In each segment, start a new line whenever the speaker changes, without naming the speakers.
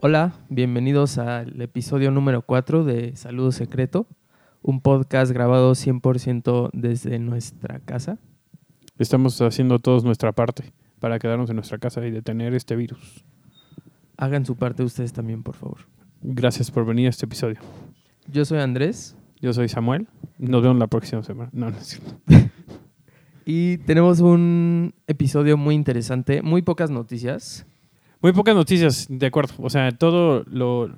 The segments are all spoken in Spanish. Hola, bienvenidos al episodio número 4 de Saludo Secreto, un podcast grabado 100% desde nuestra casa.
Estamos haciendo todos nuestra parte para quedarnos en nuestra casa y detener este virus.
Hagan su parte ustedes también, por favor.
Gracias por venir a este episodio.
Yo soy Andrés
Yo soy Samuel. Nos vemos la próxima semana. No, no es cierto.
y tenemos un episodio muy interesante, muy pocas noticias.
Muy pocas noticias, de acuerdo. O sea, todo lo,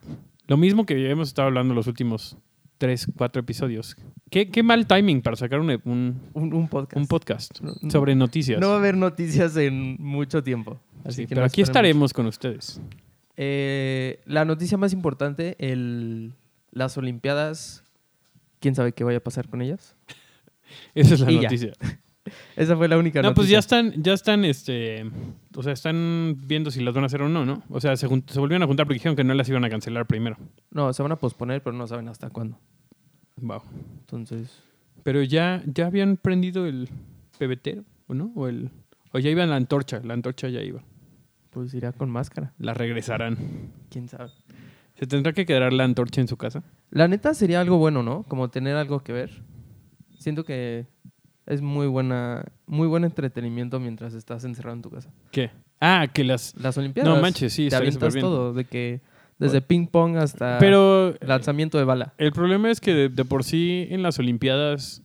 lo mismo que hemos estado hablando los últimos tres, cuatro episodios. Qué, qué mal timing para sacar un, un,
Un, un podcast.
un podcast
No, no-
sobre noticias.
No va a haber noticias en mucho tiempo. Así
Sí,
que
pero
no
aquí
esperen mucho.
estaremos con ustedes.
Eh, la noticia más importante, el, las Olimpiadas, quién sabe qué vaya a pasar con ellas.
Esa es la
Y ya.
noticia.
Esa fue la única
No,
noticia.
pues ya están, ya están, este, o sea, están viendo si las van a hacer o no, ¿no? O sea, se, jun- se volvieron a juntar porque dijeron que no las iban a cancelar primero.
No, se van a posponer, pero no saben hasta cuándo.
Wow.
Entonces,
Pero ya, ya habían prendido el pebetero, ¿o no? O el, o ya iban la antorcha, la antorcha ya iba.
pues irá con máscara.
La regresarán.
Quién sabe.
Se tendrá que quedar la antorcha en su casa.
La neta sería algo bueno, ¿no? Como tener algo que ver. Siento que es muy buena, muy buen entretenimiento mientras estás encerrado en tu casa.
¿Qué? Ah, que las.
Las Olimpiadas.
No manches, sí,
te
estaría
avientas
superbién.
todo, de que desde ping pong hasta
Pero
lanzamiento de bala.
el problema es que de, de por sí en las Olimpiadas,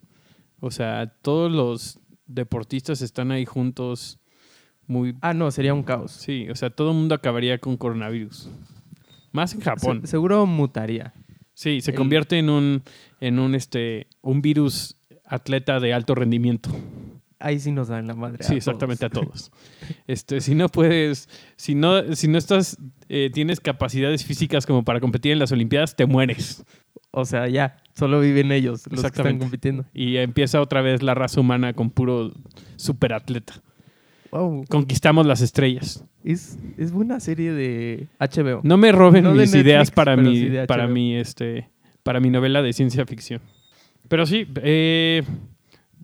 o sea, todos los deportistas están ahí juntos, muy
Ah, no, sería un caos.
Sí, o sea, todo el mundo acabaría con coronavirus. Más en Japón.
Se- seguro mutaría.
sí, se
el-
convierte en un en un este un virus atleta de alto rendimiento.
Ahí sí nos dan la madre. a
Sí,
todos.
exactamente a todos. Este, si no puedes, si no si no estás eh, tienes capacidades físicas como para competir en las Olimpiadas, te mueres
O sea, ya, solo viven ellos, los que están
Exactamente.
compitiendo.
y empieza otra vez la raza humana con puro superatleta.
Wow,
Conquistamos las estrellas.
es, es buena serie de HBO.
No me roben
No de
mis ideas
Netflix,
para
pero
mi,
sí de
para
HBO.
mi, este, para mi novela de ciencia ficción. Pero sí, eh,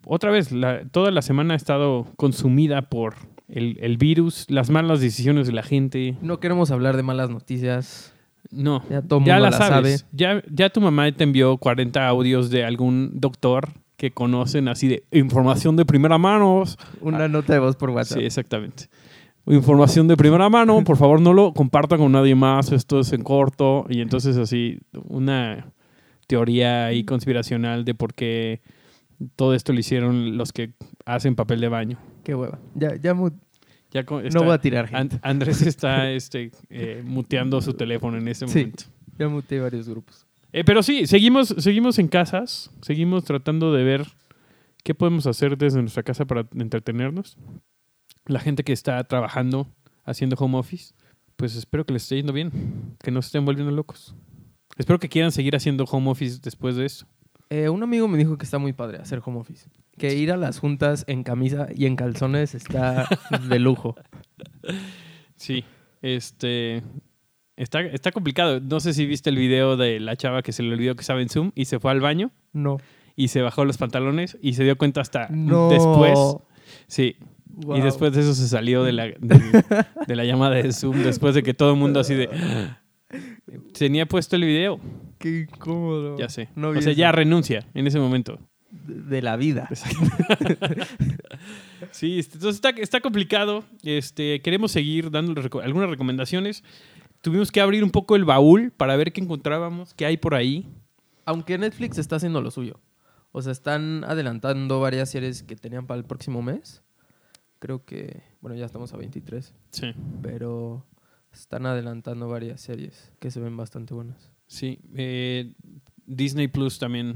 otra vez, la- toda la semana ha estado consumida por el, el virus, las malas decisiones de la gente.
No queremos hablar de malas noticias.
No,
Ya todo
ya
mundo
la
la
sabes.
sabe.
Ya, ya tu mamá te envió 40 audios de algún doctor que conocen así de información de primera mano.
Una nota de voz por WhatsApp.
Ah, Sí, exactamente. Información de primera mano, por favor no lo comparta con nadie más, esto es en corto. Y entonces así, una teoría ahí conspiracional de por qué todo esto lo hicieron los que hacen papel de baño.
Qué hueva. Ya, ya mu-
Ya con- está-
no voy a tirar gente.
An- Andrés está este, eh, muteando su teléfono en este
Sí.
momento.
Ya muté varios grupos.
Eh, pero sí, seguimos, seguimos en casas, seguimos tratando de ver qué podemos hacer desde nuestra casa para entretenernos. La gente que está trabajando, haciendo home office, pues espero que les esté yendo bien, que no se estén volviendo locos. Espero que quieran seguir haciendo home office después de eso.
Eh, un amigo me dijo que está muy padre hacer home office. Que ir a las juntas en camisa y en calzones está de lujo.
Sí, este... Está, está complicado. No sé si viste el video de la chava que se le olvidó que estaba en Zoom y se fue al baño
No.
y se bajó los pantalones y se dio cuenta hasta
No.
después. Sí, Y
Guau.
después de eso se salió de la, del- de la llamada de Zoom, después de que todo el mundo así de... "Ah, Tenía puesto el video,
Qué incómodo.
ya sé.
No
o
vi
sea,
eso.
ya renuncia en ese momento.
De de la vida.
Sí, este, entonces está, está complicado. Este, queremos seguir dándoles reco- algunas recomendaciones. Tuvimos que abrir un poco el baúl para ver qué encontrábamos, qué hay por ahí.
Aunque Netflix está haciendo lo suyo. O sea, están adelantando varias series que tenían para el próximo mes. Creo que, bueno, ya estamos a 23,
Sí.
pero están adelantando varias series que se ven bastante buenas.
Sí, eh, Disney Plus también.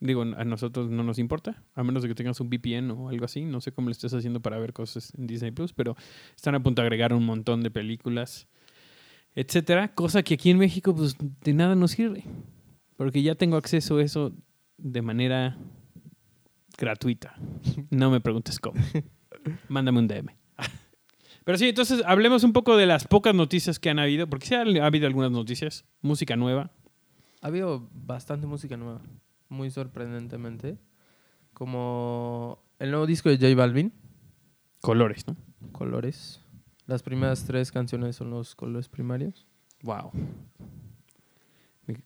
Digo, a nosotros no nos importa, a menos de que tengas un VPN o algo así. No sé cómo le estés haciendo para ver cosas en Disney Plus, pero están a punto de agregar un montón de películas, etcétera. Cosa que aquí en México, pues de nada nos sirve, porque ya tengo acceso a eso de manera gratuita. No me preguntes cómo. Mándame un DM. Pero sí, entonces hablemos un poco de las pocas noticias que han habido, porque sí han- ha habido algunas noticias, música nueva.
Ha habido bastante música nueva, muy sorprendentemente. Como el nuevo disco de J Balvin,
Colores, ¿no?
Colores. Las primeras tres canciones son los colores primarios.
Wow.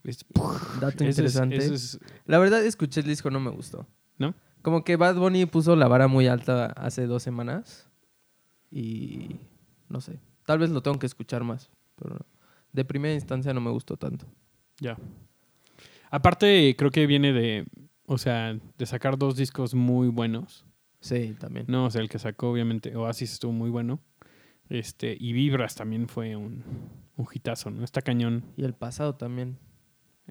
Es-
Dato
ese es-
Este, interesante.
ese es-
La verdad, escuché el disco, no me gustó.
¿No?
Como que Bad Bunny puso la vara muy alta hace dos semanas. Y no sé. Tal vez lo tengo que escuchar más. Pero de primera instancia no me gustó tanto.
Ya. Aparte, creo que viene de. O sea, de sacar dos discos muy buenos.
Sí, también.
No, o sea, el que sacó, obviamente, Oasis estuvo muy bueno. Este, y Vibras también fue un, un hitazo, ¿no? Está cañón.
Y el pasado también.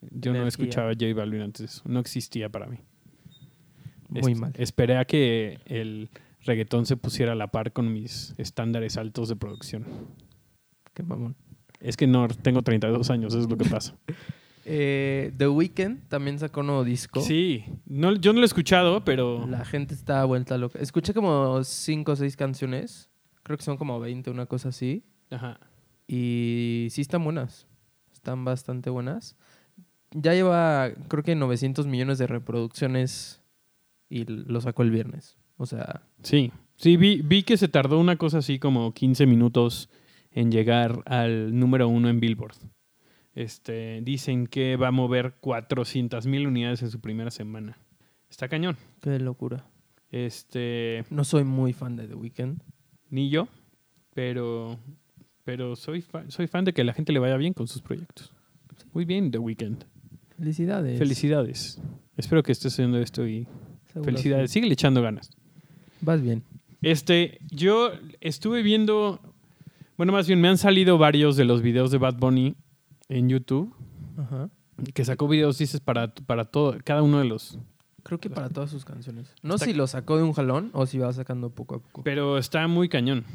Yo no
Energía.
escuchaba a J Balvin antes de eso. No existía para mí.
Muy
Es-
mal.
Esperé a que el reggaetón se pusiera a la par con mis estándares altos de producción.
Qué mamón.
Es que no, tengo 32 años, es lo que pasa.
Eh, The Weeknd también sacó un nuevo disco.
Sí, no, yo no lo he escuchado, pero...
La gente está vuelta loca. Escuché como cinco o seis canciones. Creo que son como 20, una cosa así.
Ajá.
Y sí están buenas. Están bastante buenas. Ya lleva, creo que 900 millones de reproducciones y l- lo sacó el viernes. O sea,
Sí, sí, vi, vi que se tardó una cosa así como 15 minutos en llegar al número uno en Billboard. Este, dicen que va a mover 400 mil unidades en su primera semana. Está cañón.
qué locura.
Este,
No soy muy fan de The Weeknd.
ni yo, pero, pero soy, fa- soy fan de que la gente le vaya bien con sus proyectos. Muy bien, The Weeknd.
Felicidades.
Felicidades. Espero que estés haciendo esto y
Seguro
felicidades. Sigue echando ganas.
sí. Vas bien.
Este, yo estuve viendo, bueno, más bien me han salido varios de los videos de Bad Bunny en YouTube,
Ajá.
que sacó videos, dices, para, para todo, cada uno de los.
Creo que para todas sus canciones. No
Está-
si lo sacó de un jalón o si va sacando poco a poco.
Pero está muy cañón.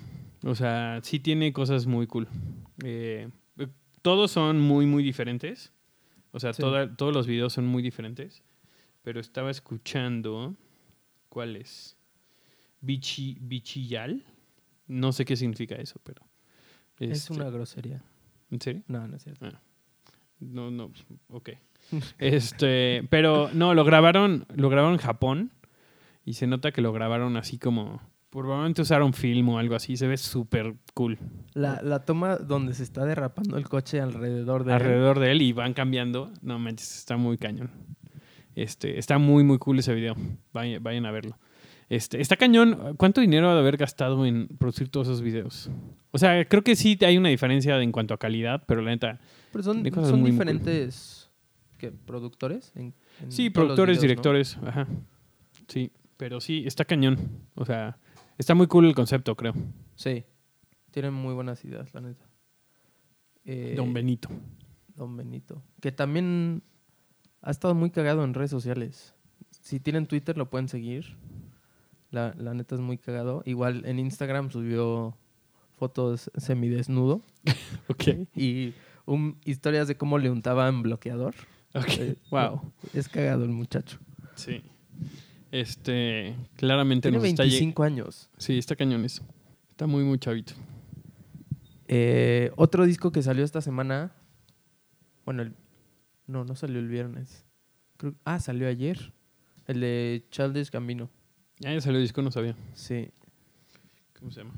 O sea, sí tiene cosas muy cool. Eh, eh, todos son muy, muy diferentes. O sea,
Sí.
toda- todos los videos son muy diferentes. Pero estaba escuchando. ¿Cuál es? Bichi, bichillal. No sé qué significa eso, pero.
Es
este,
una grosería.
¿En serio?
No, no es cierto.
No, no, ok. Este, pero no, lo grabaron, lo grabaron en Japón y se nota que lo grabaron así como, probablemente usaron film o algo así, se ve súper cool
La, la toma donde se está derrapando el coche alrededor de... él.
alrededor de él y van cambiando. No manches, está muy cañón. Este, está muy, muy cool ese video. Vayan, vayan a verlo. Este, está cañón. ¿Cuánto dinero ha de haber gastado en producir todos esos videos? O sea, creo que sí hay una diferencia en cuanto a calidad, pero la neta,
Pero son,
de cosas
son
muy cool.
diferentes ¿qué? productores. en- en
Sí,
Mm, todos los
productores,
videos, ¿no?
directores, ajá. Sí, pero sí, está cañón. O sea, está muy cool el concepto, creo.
Sí. Tienen muy buenas ideas, la neta. Eh,
Don Benito.
Don Benito. Que también ha estado muy cagado en redes sociales. Si tienen Twitter lo pueden seguir. La, la neta es muy cagado. Igual en Instagram subió fotos semidesnudo
Ok.
y un- historias de cómo le untaban bloqueador.
Ok.
Eh,
wow.
Es cagado el muchacho.
Sí. Este, claramente
Tiene
nos está llegando.
25 años.
Sí, está cañón eso. Está muy, muy chavito.
Eh, otro disco que salió esta semana. Bueno, el- no, no salió el viernes. Creo- ah, salió ayer. El de Childish Gambino.
Ya, ya salió el disco, no sabía.
Sí.
¿Cómo se llama?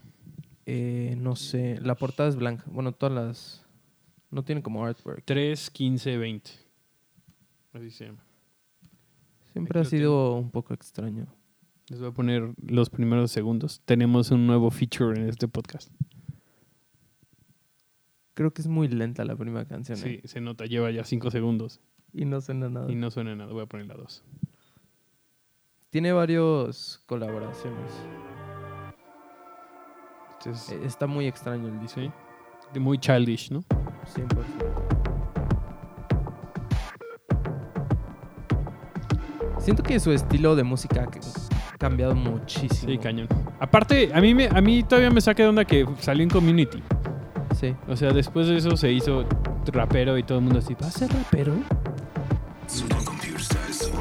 Eh, no sé. La portada es blanca. Bueno, todas las. No tiene como artwork.
3, 15, 20. Así se llama.
Siempre
Aquí
ha
lo
sido un poco extraño.
Les voy a poner los primeros segundos. Tenemos un nuevo feature en este podcast.
Creo que es muy lenta la primera canción.
Sí,
¿eh?
se nota, lleva ya 5 segundos
Y no suena nada.
y no suena nada. Voy a poner la 2.
Tiene varios colaboraciones.
Este es-
Eh, está muy extraño el disco.
Sí. De Muy childish, ¿no?
100%. Siento que su estilo de música ha cambiado muchísimo.
Sí, cañón. Aparte, a mí, me, a mí todavía me saca de onda que salió en Community.
Sí.
O sea, después de eso se hizo rapero y todo el mundo así, ¿va a ser rapero?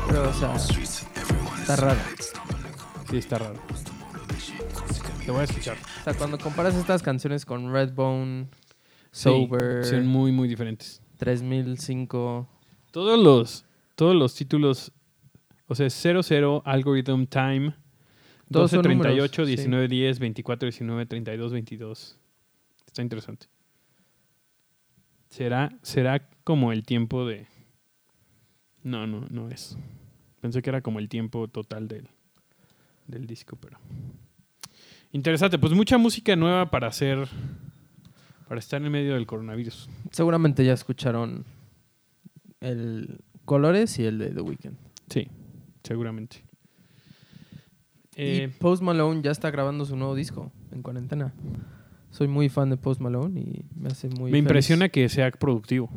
Pero, o sea, está raro.
Sí, está raro. Te voy a escuchar.
O sea, cuando comparas estas canciones con Redbone, Sober,
Sí, son muy, muy diferentes.
3005,
Todos los, todos los títulos, o sea, 00, Algorithm, Time,
Todos
12,
son números,
38,
sí.
19, 10, 24, 19, 32, 22. Está interesante. ¿Será, será como el tiempo de... No, no, no es. Pensé que era como el tiempo total del, del disco, pero... Interesante, pues mucha música nueva para hacer, para estar en medio del coronavirus.
Seguramente ya escucharon el Colores y el de The Weeknd.
Sí, seguramente. Eh,
Y Post Malone ya está grabando su nuevo disco en cuarentena. Soy muy fan de Post Malone y me hace muy.
me
feliz.
impresiona que sea productivo.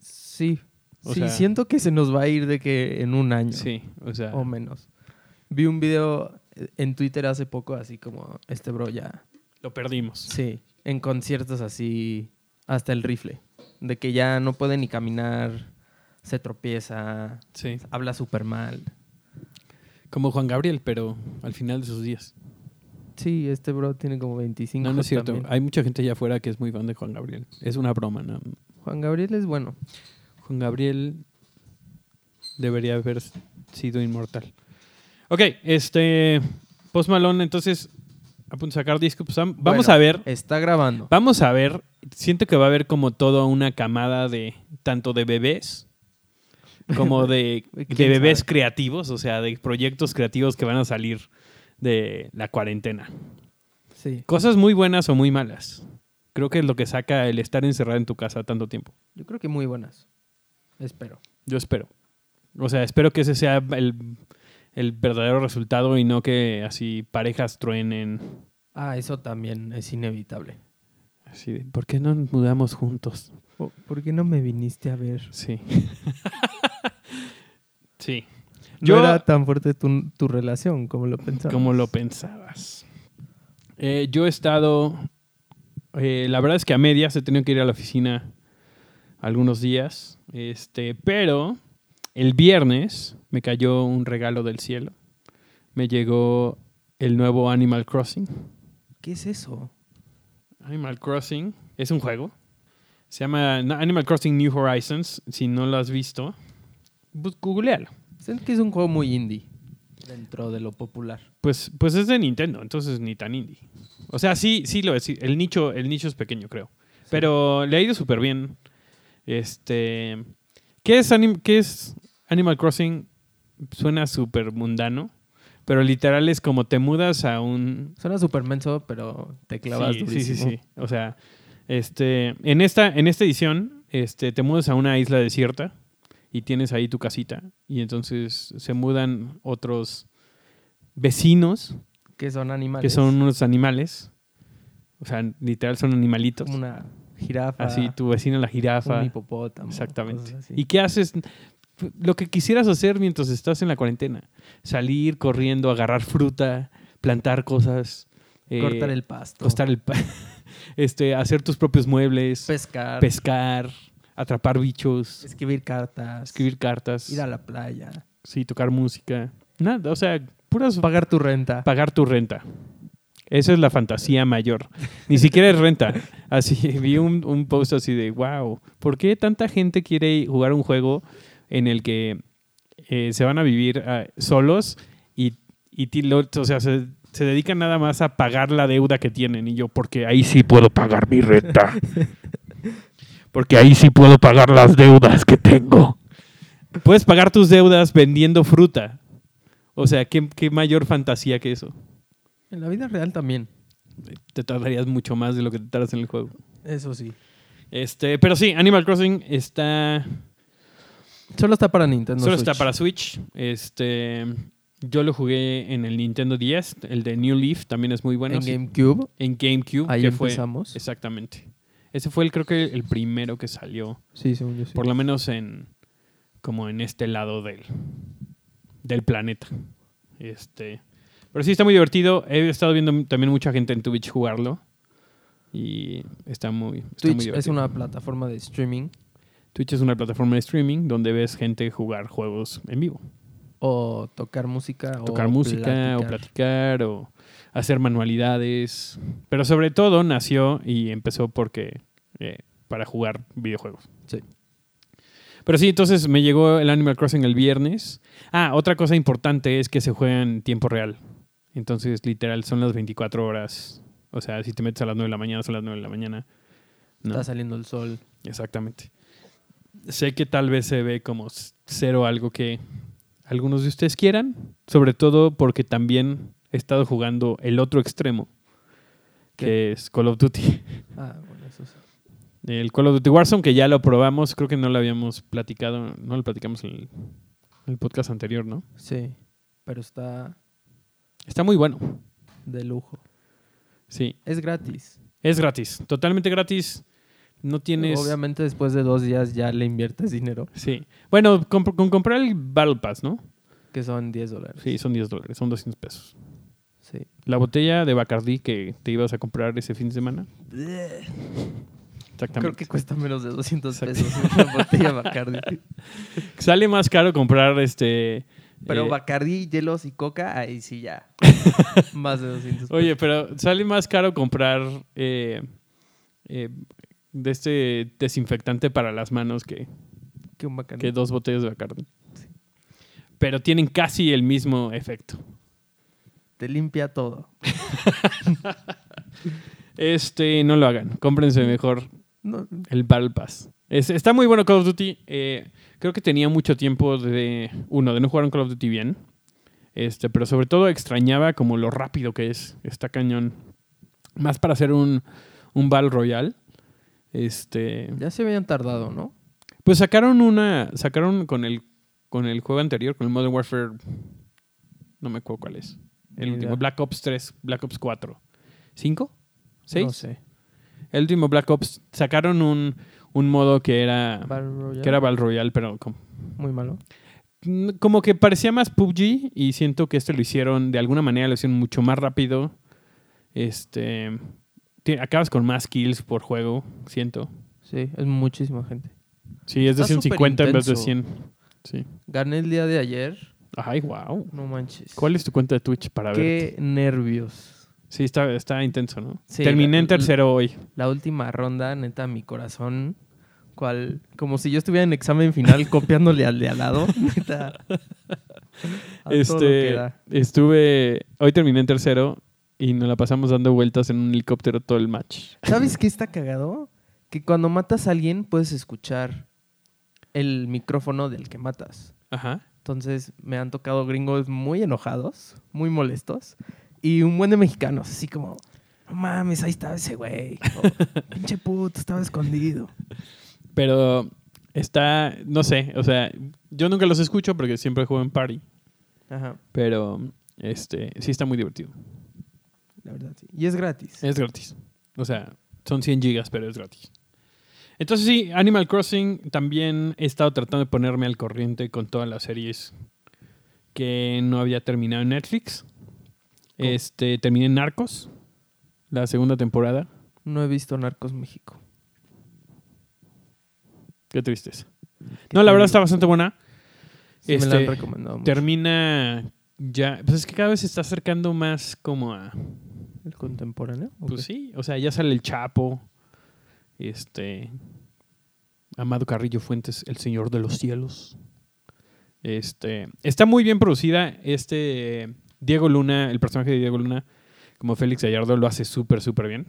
Sí.
O
sí,
sea-
siento que se nos va a ir de que en un año
Sí, o sea,
o menos. Vi un video eh, en Twitter hace poco, así como este bro ya.
lo perdimos.
Sí, en conciertos así hasta el rifle. De que ya no puede ni caminar, se tropieza,
Sí,
habla súper mal.
como Juan Gabriel, pero al final de sus días.
Sí, este bro tiene como 25.
No, no es cierto.
también.
Hay mucha gente allá afuera que es muy fan de Juan Gabriel. Es una broma, ¿no?
Juan Gabriel es bueno.
Juan Gabriel debería haber sido inmortal. Ok, este. Post Malone, entonces, a punto de sacar disco. pues, vam- vamos
Bueno,
a ver.
Está grabando.
Vamos a ver. Siento que va a haber como toda una camada de. Tanto de bebés. Como de,
¿Quién
de bebés
sabe?
creativos. O sea, de proyectos creativos que van a salir de la cuarentena.
Sí,
Cosas muy buenas o muy malas. Creo que es lo que saca el estar encerrado en tu casa tanto tiempo.
yo creo que muy buenas. Espero.
Yo espero. O sea, espero que ese sea el, el verdadero resultado y no que así parejas truenen.
Ah, eso también es inevitable.
Así de, ¿por qué no nos mudamos juntos?
¿Por qué no me viniste a ver?
Sí. sí,
No
Yo-
era tan fuerte tu, tu relación como lo pensaba.
como lo pensabas. Eh, yo he estado. eh, la verdad es que a medias he tenido que ir a la oficina algunos días. Este, pero el viernes me cayó un regalo del cielo. Me llegó el nuevo Animal Crossing.
¿Qué es eso?
Animal Crossing es un juego. Se llama Animal Crossing New Horizons. Si no lo has visto, bu- googlealo.
Siento que es un juego muy indie dentro de lo popular.
Pues, pues es de Nintendo, entonces ni tan indie. O sea, sí, sí lo es. sí, El nicho, el nicho es pequeño, creo. Pero le ha ido súper bien. Este. ¿Qué es, anim- qué es Animal Crossing? Suena súper mundano. Pero literal es como te mudas a un.
Suena súper menso, pero te clavas
sí, sí, sí,
durísimo.
sí. O sea, este. En esta, en esta edición, este, te mudas a una isla desierta y tienes ahí tu casita. Y entonces se mudan otros vecinos
Que son animales.
que son unos animales. O sea, literal son animalitos.
como una jirafa,
Así, tu vecino la jirafa.
un hipopótamo.
Exactamente.
cosas así.
¿Y qué haces? Lo que quisieras hacer mientras estás en la cuarentena. Salir corriendo, agarrar fruta, plantar cosas. eh,
cortar el pasto.
cortar el pa- este, hacer tus propios muebles.
pescar.
Pescar. Atrapar bichos.
escribir cartas.
Escribir cartas.
Ir a la playa.
Sí, tocar música. Nada, o sea, puras
Pagar tu renta.
pagar tu renta. Esa es la fantasía mayor. Ni siquiera es renta. Así vi un, un post así de, wow, ¿por qué tanta gente quiere jugar un juego en el que eh, se van a vivir ah, solos y, y ti- lo- o sea, se, se dedican nada más a pagar la deuda que tienen? Y yo, porque ahí sí puedo pagar mi renta. Porque ahí sí puedo pagar las deudas que tengo. Puedes pagar tus deudas vendiendo fruta. O sea, ¿qué, qué mayor fantasía que eso?
En la vida real también.
Te tardarías mucho más de lo que te tardas en el juego.
Eso sí.
Este, pero sí, Animal Crossing está.
Solo está para Nintendo
solo
Switch.
está para Switch. Este. Yo lo jugué en el Nintendo 10, el de New Leaf también es muy bueno.
en
sí.
GameCube.
En GameCube,
Ahí
que
empezamos.
fue. Exactamente. Ese fue el, creo que el primero que salió.
Sí, según yo sí.
Por lo menos en. como en este lado del. del planeta. Este. Pero sí está muy divertido. He estado viendo m- también mucha gente en Twitch jugarlo. Y está muy. está muy
Twitch
divertido.
es una plataforma de streaming
Twitch es una plataforma de streaming donde ves gente jugar juegos en vivo.
o tocar música
Tocar
o
música o
platicar.
platicar o hacer manualidades. Pero sobre todo nació y empezó porque eh, para jugar videojuegos.
Sí.
Pero sí, entonces me llegó el Animal Crossing el viernes. Ah, otra cosa importante es que se juega en tiempo real. Entonces, literal, son las 24 horas O sea, si te metes a las 9 de la mañana, son las 9 de la mañana. No,
Está saliendo el sol.
exactamente. Sé que tal vez se ve como c- cero algo que algunos de ustedes quieran, sobre todo porque también he estado jugando el otro extremo, que es Call of Duty.
Ah, bueno, eso sí.
El Call of Duty Warzone, que ya lo probamos, creo que no lo habíamos platicado, no lo platicamos en el, en el podcast anterior, ¿no?
Sí, pero está
Está muy bueno,
de lujo.
sí.
Es gratis.
Es gratis, totalmente gratis. No tienes...
Obviamente después de dos días ya le inviertes dinero,
Sí. Bueno, comp- con comprar el Battle Pass, ¿no?
que son 10 dólares.
Sí, son 10 dólares, son 200 pesos.
Sí.
La botella de Bacardí que te ibas a comprar ese fin de semana.
Creo
Exactamente.
que cuesta menos de 200
Exacto.
pesos una botella Bacardi.
Sale más caro comprar este...
Pero
eh,
Bacardi, hielos y coca, ahí sí ya. Más de 200 pesos.
Oye, pero sale más caro comprar eh, eh, de este desinfectante para las manos que,
que un Bacardi.
que dos botellas de Bacardi. Pero tienen casi el mismo efecto.
Te limpia todo.
Este, no lo hagan. Cómprense mejor
No,
el Battle Pass. Es- está muy bueno Call of Duty. Eh, creo que tenía mucho tiempo de, uno, de no jugar un Call of Duty bien. Este, pero sobre todo extrañaba como lo rápido que es. Está cañón. Más para hacer un, un Battle Royale. Este,
ya se habían tardado, ¿no?
Pues sacaron una. Sacaron con el con el juego anterior, con el Modern Warfare. No me acuerdo cuál es. El
Ni
último,
idea.
Black Ops 3, Black Ops 4. ¿Cinco? ¿Seis?
No sé.
El último Black Ops. Sacaron un, un modo que era.
Battle Royale.
Ah, Que era Battle Royale, pero como,
Muy malo.
como que parecía más PUBG. Y siento que este lo hicieron. De alguna manera lo hicieron mucho más rápido. Este. ti- Acabas con más kills por juego, siento.
Sí, es muchísima gente.
Sí, es de
Está
150 en vez de
superintenso.
100. Sí.
Gané el día de ayer.
Ay, wow.
No manches.
¿Cuál es tu cuenta de Twitch para ver?
Qué nervios.
Sí, está, está intenso, ¿no?
Sí,
Terminé
la-
en tercero hoy.
La última ronda, neta, mi corazón. Cual, como si yo estuviera en examen final copiándole al de al lado. Neta. A todo lo que
Este,
da.
estuve, hoy terminé en tercero y nos la pasamos dando vueltas en un helicóptero todo el match.
¿Sabes qué está cagado? Que cuando matas a alguien puedes escuchar el micrófono del que matas.
Ajá.
Entonces me han tocado gringos muy enojados, muy molestos, y un buen de mexicanos, así como, no mames, ahí estaba ese güey. o, Pinche puto, estaba escondido.
Pero está, no sé, o sea, yo nunca los escucho porque siempre juego en party,
Ajá,
pero este, sí está muy divertido.
la verdad, sí. Y es gratis.
Es gratis. O sea, son 100 gigas, pero es gratis. Entonces sí, Animal Crossing también he estado tratando de ponerme al corriente con todas las series que no había terminado en Netflix.
¿Cómo?
Este, terminé Narcos, la segunda temporada.
No he visto Narcos México.
Qué tristeza. No, la verdad está bastante buena.
Sí me la han
este,
recomendado mucho,
Termina ya, pues es que cada vez se está acercando más como a
¿El contemporáneo? ¿O
Pues
qué?
sí, o sea, ya sale el Chapo, este, Amado Carrillo Fuentes, el Señor de los Cielos. Este, está muy bien producida, este, eh, Diego Luna, el personaje de Diego Luna, como Félix Gallardo, lo hace súper, súper bien.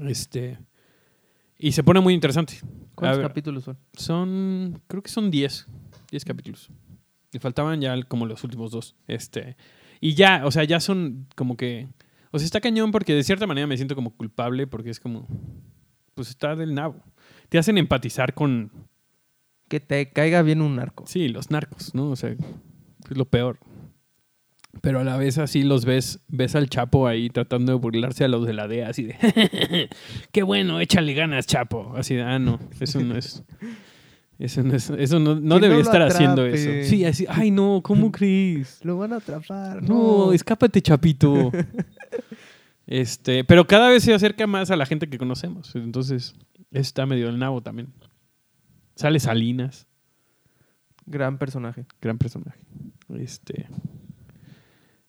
Este, y se pone muy interesante.
¿Cuántos
A ver,
capítulos son?
son, creo que son 10, 10 capítulos. Le faltaban ya el- como los últimos dos. Este, y ya, o sea, ya son como que... O sea, está cañón porque de cierta manera me siento como culpable porque es como... Pues está del nabo. Te hacen empatizar con,
Que te caiga bien un narco.
sí, los narcos, ¿no? O sea, es lo peor. Pero a la vez así los ves, ves al Chapo ahí tratando de burlarse a los de la DEA, así de, qué bueno, échale ganas, Chapo. Así de, ah, no, eso no es, eso no es, eso no, no
Que
debería
no lo
estar haciendo
atrapen.
eso. Sí, así, ay, no, ¿cómo crees?
Lo van a atrapar.
No, escápate, Chapito. este, pero cada vez se acerca más a la gente que conocemos. Entonces, está medio el nabo también. Sale Salinas
Gran personaje.
gran personaje. Este.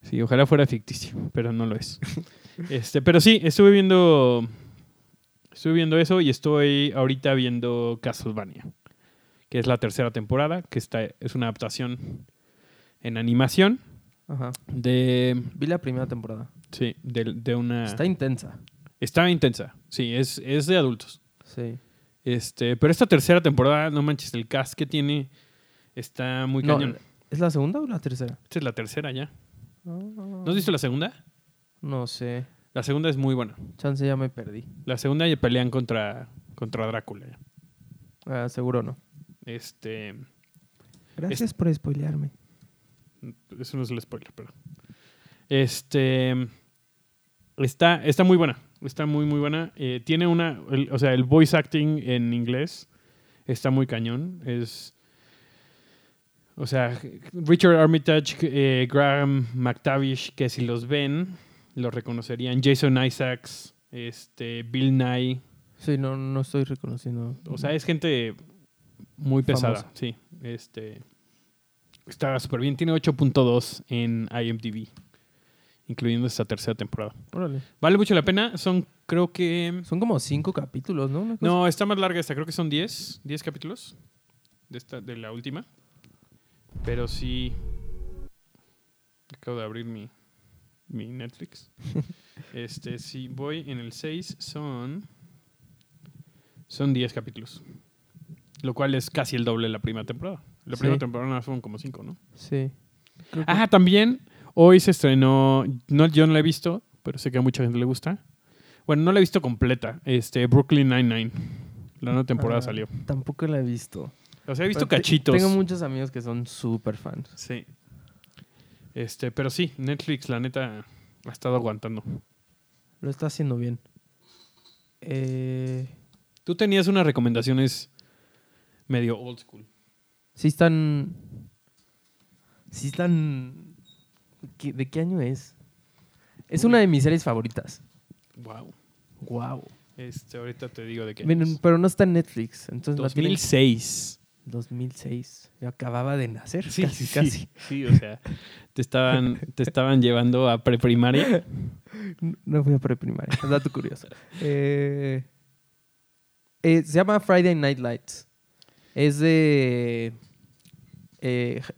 Sí, ojalá fuera ficticio, pero no lo es. Este, pero sí, estuve viendo. Estuve viendo eso y estoy ahorita viendo Castlevania, que es la tercera temporada, que está, es una adaptación en animación
Ajá.
de
Vi la primera temporada.
sí de, de una
Está intensa.
está intensa sí es es de adultos
Sí.
este pero esta tercera temporada no manches el cast que tiene está muy
No,
cañón
¿Es la segunda o la tercera?
esta es la tercera ya
No,
¿no has visto la segunda
No sé.
la segunda es muy buena
Chance ya me perdí.
la segunda ya pelean contra contra Drácula ya.
Ah, seguro no.
este
Gracias por spoilearme.
Eso no es el spoiler, pero. Este. Está, está muy buena. Está muy, muy buena. Eh, tiene una. el- o sea, el voice acting en inglés está muy cañón. Es. O sea, Richard Armitage, eh, Graham McTavish, que si los ven, los reconocerían. Jason Isaacs, este, Bill Nye.
Sí, no, no estoy reconociendo.
O sea, es gente muy pesada.
Famosa.
Sí. Este. Está súper bien. Tiene 8.2 en IMDb. Incluyendo esta tercera temporada.
Órale.
Vale mucho la pena. Son, creo que.
Son como cinco capítulos, ¿no? Una cosa-
No, está más larga esta. Creo que son 10. 10 capítulos. De, esta, de la última. Pero sí. Acabo de abrir mi, mi Netflix. este, si voy en el 6, son. Son 10 capítulos. Lo cual es casi el doble de la primera temporada. La
Sí.
primera temporada fueron como 5, ¿no?
Sí. Creo que-
Ajá, también hoy se estrenó, no, yo no la he visto, pero sé que a mucha gente le gusta. Bueno, no la he visto completa, este Brooklyn Nine-Nine. La nueva temporada
Ah,
salió.
Tampoco la he visto.
O sea, he visto
Pero te-
cachitos.
Tengo muchos amigos que son súper fans.
Sí. Este, pero sí, Netflix, la neta, ha estado aguantando.
Lo está haciendo bien. Eh,
Tú tenías unas recomendaciones medio old school.
sí están... Sí están... ¿qué- ¿De qué año es? Es una de mis series favoritas.
Wow.
Wow.
Este, ahorita te digo de qué.
Miren,
es.
pero no está en Netflix. Entonces pues, la tienen-
2006.
2006. Yo acababa de nacer.
Sí,
casi,
sí,
casi.
Sí, o sea, te estaban, te estaban llevando a preprimaria.
No fui a preprimaria. es Dato curioso. Eh, eh, se llama Friday Night Lights. Es de eh, j-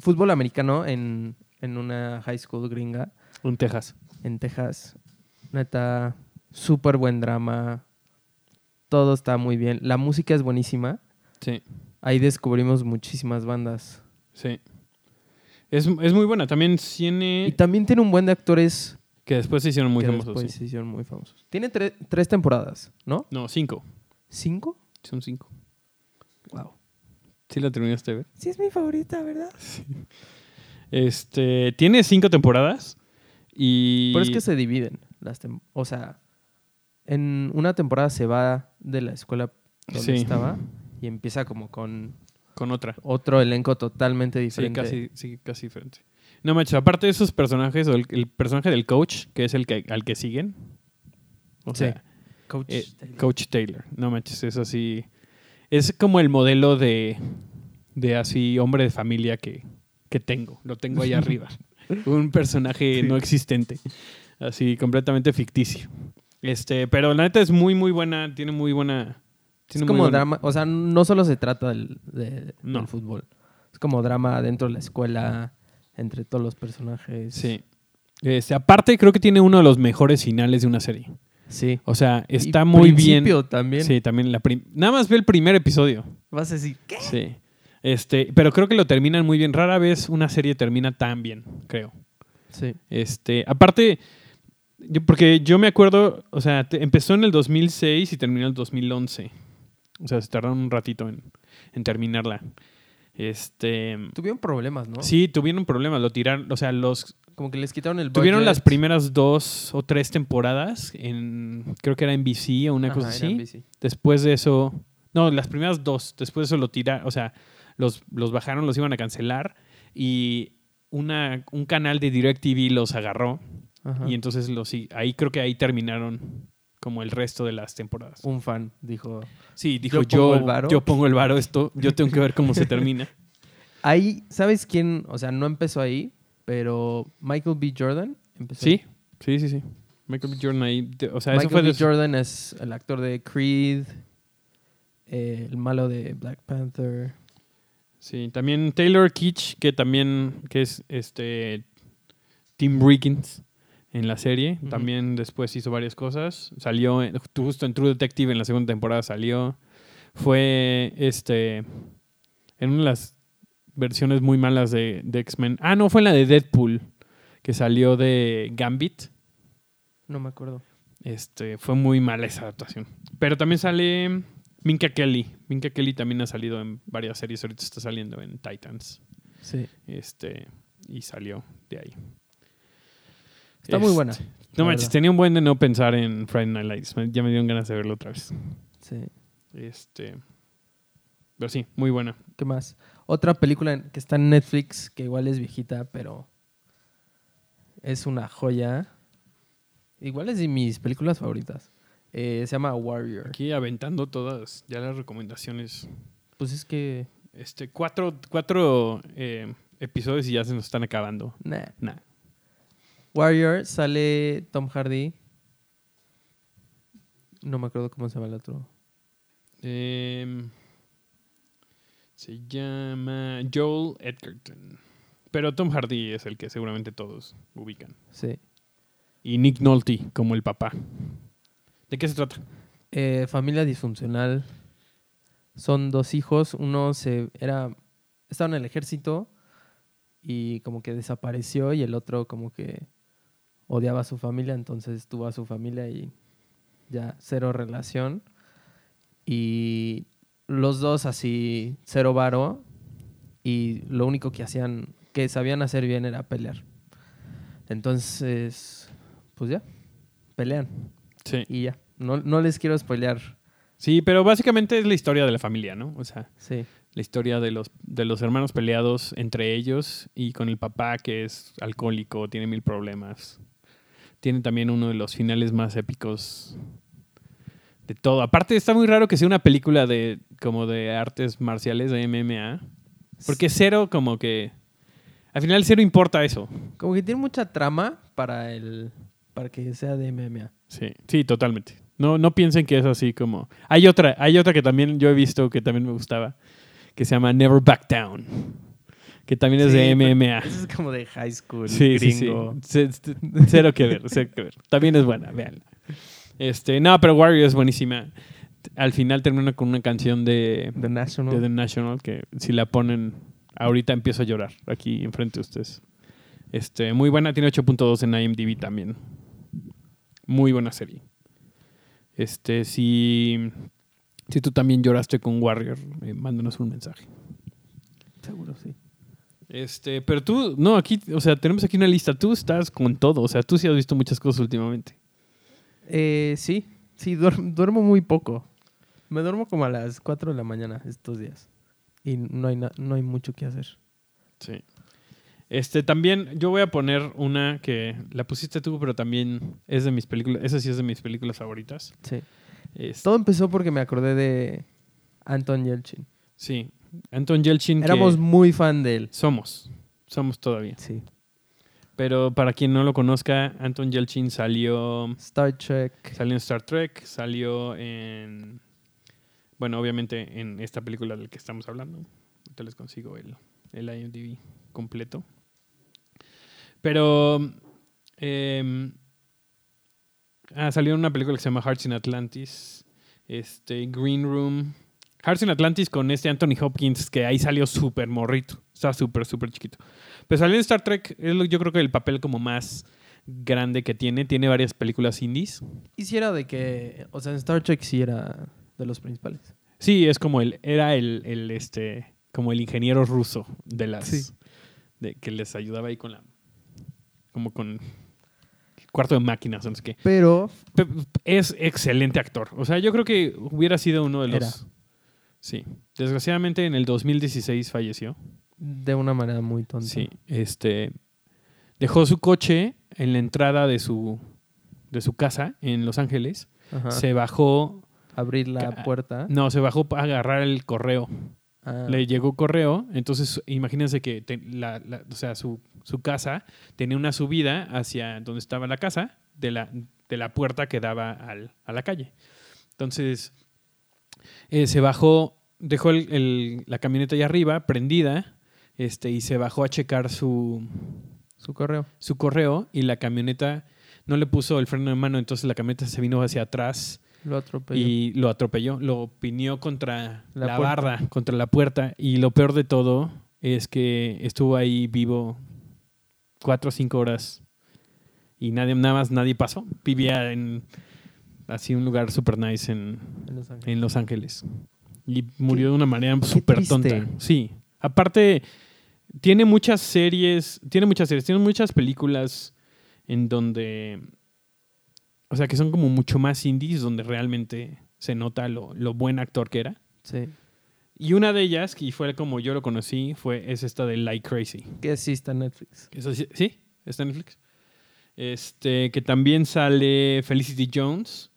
fútbol americano en, en una high school gringa
En Texas.
en Texas. Neta, súper buen drama. Todo está muy bien. La música es buenísima.
Sí.
Ahí descubrimos muchísimas bandas.
Sí. Es, es muy buena. También tiene.
Y también tiene un buen de actores
que después se hicieron muy
que
famosos.
después
sí.
se hicieron muy famosos. Tiene tre- tres temporadas, ¿no?
No, cinco.
¿Cinco?
Son cinco.
Wow.
Sí, la terminaste de ver.
Sí, es mi favorita, ¿verdad?
Este, tiene cinco temporadas. Y.
Pero es que se dividen las tem- O sea, en una temporada se va de la escuela donde
Sí.
estaba y empieza como con
Con otra.
otro elenco totalmente
Sí
diferente.
casi, sí, casi diferente. No, macho. Aparte de esos personajes, o el, el personaje del coach, que es el que, al que siguen. O
Sí.
sea,
Coach.
Eh,
Taylor.
Coach Taylor. No manches, es así. Es como el modelo de, de así hombre de familia que, que tengo. Lo tengo ahí arriba. Un
Sí.
personaje no existente. Así, completamente ficticio. Este, pero la neta es muy, muy buena. Tiene muy buena.
es
tiene muy
como
buena-
drama. O sea, no solo se trata del, de-
No.
del fútbol. Es como drama dentro de la escuela, entre todos los personajes.
Sí. Este, aparte, creo que tiene uno de los mejores finales de una serie.
Sí.
O sea, está
Y
muy bien.
principio también.
Sí, también la prim- Nada más ve el primer episodio.
Vas a decir, ¿qué?
Sí. Este, pero creo que lo terminan muy bien. Rara vez una serie termina tan bien, creo.
Sí.
Este, aparte, yo- porque yo me acuerdo, o sea, te- empezó en el 2006 y terminó en el 2011. O sea, se tardaron un ratito en, en terminarla. Este,
Tuvieron problemas, ¿no?
sí, tuvieron problemas, lo tiraron, o sea, los
Como que les quitaron el
tuvieron
budget.
las primeras dos o tres temporadas en creo que era en BC o una
Ajá,
cosa
era
así.
NBC.
Después de eso, no, las primeras dos, después de eso lo tira, o sea, los, los bajaron, los iban a cancelar y una, un canal de DirecTV los agarró
Ajá.
y entonces los, y ahí creo que ahí terminaron como el resto de las temporadas.
un fan dijo.
Sí, dijo
yo pongo
Uh, yo,
el varo".
yo pongo el varo esto, yo tengo que ver cómo se termina.
Ahí, ¿sabes quién? O sea, no empezó ahí, pero Michael B. Jordan empezó.
Sí,
ahí.
sí, sí, sí. Michael B. Jordan ahí, de- o sea, eso
Michael
fue
B.
de-
Jordan es el actor de Creed, eh, el malo de Black Panther.
Sí, también Taylor Kitsch, que también que es este Tim Briggins en la serie.
Ujú.
También después hizo varias cosas. Salió en- justo en True Detective en la segunda temporada salió. Fue este en una de las versiones muy malas de, de X-Men. Ah, no, fue en la de Deadpool, que salió de Gambit.
No me acuerdo.
Este, fue muy mala esa adaptación. Pero también sale Minka Kelly. Minka Kelly también ha salido en varias series. Ahorita está saliendo en Titans.
Sí.
Este, y salió de ahí.
Está muy
Este,
buena.
No
la
manches,
verdad.
tenía un buen de no pensar en Friday Night Lights. Me- Ya me dieron ganas de verlo otra vez.
Sí.
Este, pero sí, muy buena.
¿Qué más? Otra película en- que está en Netflix, que igual es viejita, pero es una joya. Igual es de mis películas favoritas. Eh, se llama Warrior.
Aquí aventando todas ya las recomendaciones.
Pues es que...
Este, cuatro, cuatro eh, episodios y ya se nos están acabando.
nah.
Nah.
Warrior sale Tom Hardy. No me acuerdo cómo se llama el otro.
Em, se llama Joel Edgerton. Pero Tom Hardy es el que seguramente todos ubican.
Sí.
Y Nick Nolte como el papá. ¿De qué se trata?
Eh, familia disfuncional. Son dos hijos. Uno se era estaba en el ejército y como que desapareció y el otro como que odiaba a su familia, entonces tuvo a su familia y ya cero relación. Y los dos así cero varo y lo único que hacían que sabían hacer bien era pelear. Entonces, pues ya, pelean
Sí.
y ya. No, no les quiero spoilear.
Sí, pero básicamente es la historia de la familia, ¿no? O sea,
Sí,
la historia de los, de los hermanos peleados entre ellos y con el papá que es alcohólico, tiene mil problemas. Tiene también uno de los finales más épicos de todo. Aparte, está muy raro que sea una película de como de artes marciales de MMA. Porque cero como que... Al final cero importa eso.
como que tiene mucha trama para el para que sea de MMA.
Sí, sí, totalmente. No, no piensen que es así como... Hay otra, hay otra que también yo he visto que también me gustaba, que se llama Never Back Down, que también es
Sí,
de
pero
MMA.
Eso es como de high school
Sí, sí, sí.
gringo.
C- c- Cero que ver, cero que ver. También es buena, vean. Este, no, pero Warrior es buenísima. T- Al final termina con una canción de,
The
de
National.
The National que si la ponen ahorita empiezo a llorar aquí enfrente de ustedes. Este, muy buena, tiene 8.2 en IMDb también. Muy buena serie. Este, si si tú también lloraste con Warrior, eh, mándanos un mensaje.
Seguro, sí.
Este, pero tú, no, aquí, o sea, tenemos aquí una lista. Tú estás con todo, o sea, tú sí has visto muchas cosas últimamente.
Eh, sí, sí, duer- duermo muy poco. Me duermo como a las 4 de la mañana estos días. Y no hay, na- no hay mucho que hacer.
Sí. Este, también, yo voy a poner una que la pusiste tú, pero también es de mis películas, esa sí es de mis películas favoritas.
Sí.
Es-
Todo empezó porque me acordé de Anton Yelchin.
sí, Anton Yelchin. que
Éramos muy fan de él.
somos, somos todavía.
Sí.
Pero para quien no lo conozca, Anton Yelchin salió,
Star Trek.
salió en Star Trek, salió en, bueno, obviamente en esta película del que estamos hablando. Ahorita les consigo el, el IMDb completo. Pero. eh, ah, salió una película que se llama Hearts in Atlantis. Este, Green Room. Hearts in Atlantis con este Anthony Hopkins, que ahí salió súper morrito. Está súper, súper chiquito. Pero salió en Star Trek, es lo- yo creo que el papel como más grande que tiene. Tiene varias películas indies.
Hiciera de que, o sea, en Star Trek sí era de los principales.
Sí, es como el, era el, el, este, como el ingeniero ruso de las,
Sí.
de, que les ayudaba ahí con la, como con el cuarto de máquinas, no sé qué.
Pero
Pe- Es excelente actor. O sea, yo creo que hubiera sido uno de los.
Era.
Sí. Desgraciadamente en el 2016 falleció.
de una manera muy tonta.
Sí. Este. Dejó su coche en la entrada de su, de su casa en Los Ángeles.
Ajá. ¿Ah?
Se bajó.
Abrir
Ca-
la puerta.
No, se bajó para agarrar el correo.
Ah,
Le llegó correo, entonces imagínense que te- la, la- o sea, su, su casa tenía una subida hacia donde estaba la casa, de la, de la puerta que daba al- a la calle. Entonces, eh, se bajó dejó el- el- la camioneta allá arriba, prendida, este, y se bajó a checar su,
Su correo.
su correo y la camioneta no le puso el freno de mano, entonces la camioneta se vino hacia atrás
Lo atropelló.
y lo atropelló, lo piñó contra
La
la,
puerta.
barra, contra la puerta y lo peor de todo es que estuvo ahí vivo cuatro o cinco horas y nadie, nada más nadie pasó. Vivía en así un lugar super nice en,
en Los Ángeles.
en Los Ángeles. Y murió de una manera súper
triste.
tonta. Sí. Aparte, tiene muchas series, tiene muchas series, tiene muchas películas en donde, o sea, que son como mucho más indies, donde realmente se nota lo, lo buen actor que era.
Sí.
Y una de ellas, que fue como yo lo conocí, fue, es esta de Like Crazy.
Que sí está en Netflix.
Eso sí, sí, está en Netflix. Este, que también sale Felicity Jones,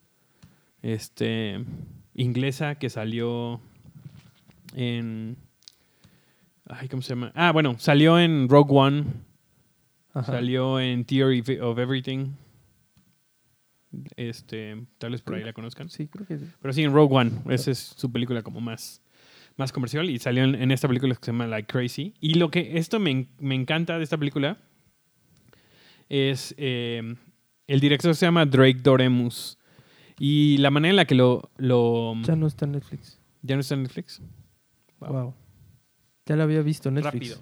este, inglesa que salió en... Ay, ¿cómo se llama? Ah, bueno, salió en Rogue One,
Ajá.
salió en Theory of Everything. Este, tal vez por ahí la conozcan.
Sí, creo que sí.
Pero sí, en Rogue One. Esa es su película como más, más comercial. Y salió en, en esta película que se llama Like Crazy. Y lo que esto me, en- me encanta de esta película es... eh, el director se llama Drake Doremus. Y la manera en la que lo... lo
Ya no está en Netflix.
¿Ya no está en Netflix? Mm. Wow.
Wow. Ya la había visto en Netflix.
Rápido.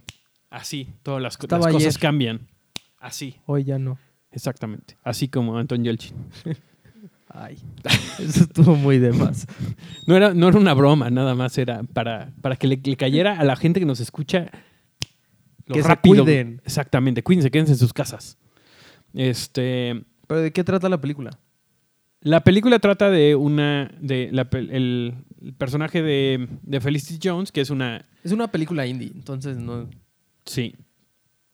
Así. Todas las, co-
Estaba
las cosas
ayer.
cambian. Así.
Hoy ya no.
Exactamente. Así como Anton Yelchin.
Ay. Eso estuvo muy de más.
No era, no era una broma, nada más era para, para que le, le cayera a la gente que nos escucha lo
Que se
rápido.
cuiden.
Exactamente, cuídense, quédense en sus casas. Este,
¿Pero de qué trata la película?
la película trata de una de la pel- el, el personaje de, de Felicity Jones, que es una
Es una película indie, entonces no,
sí.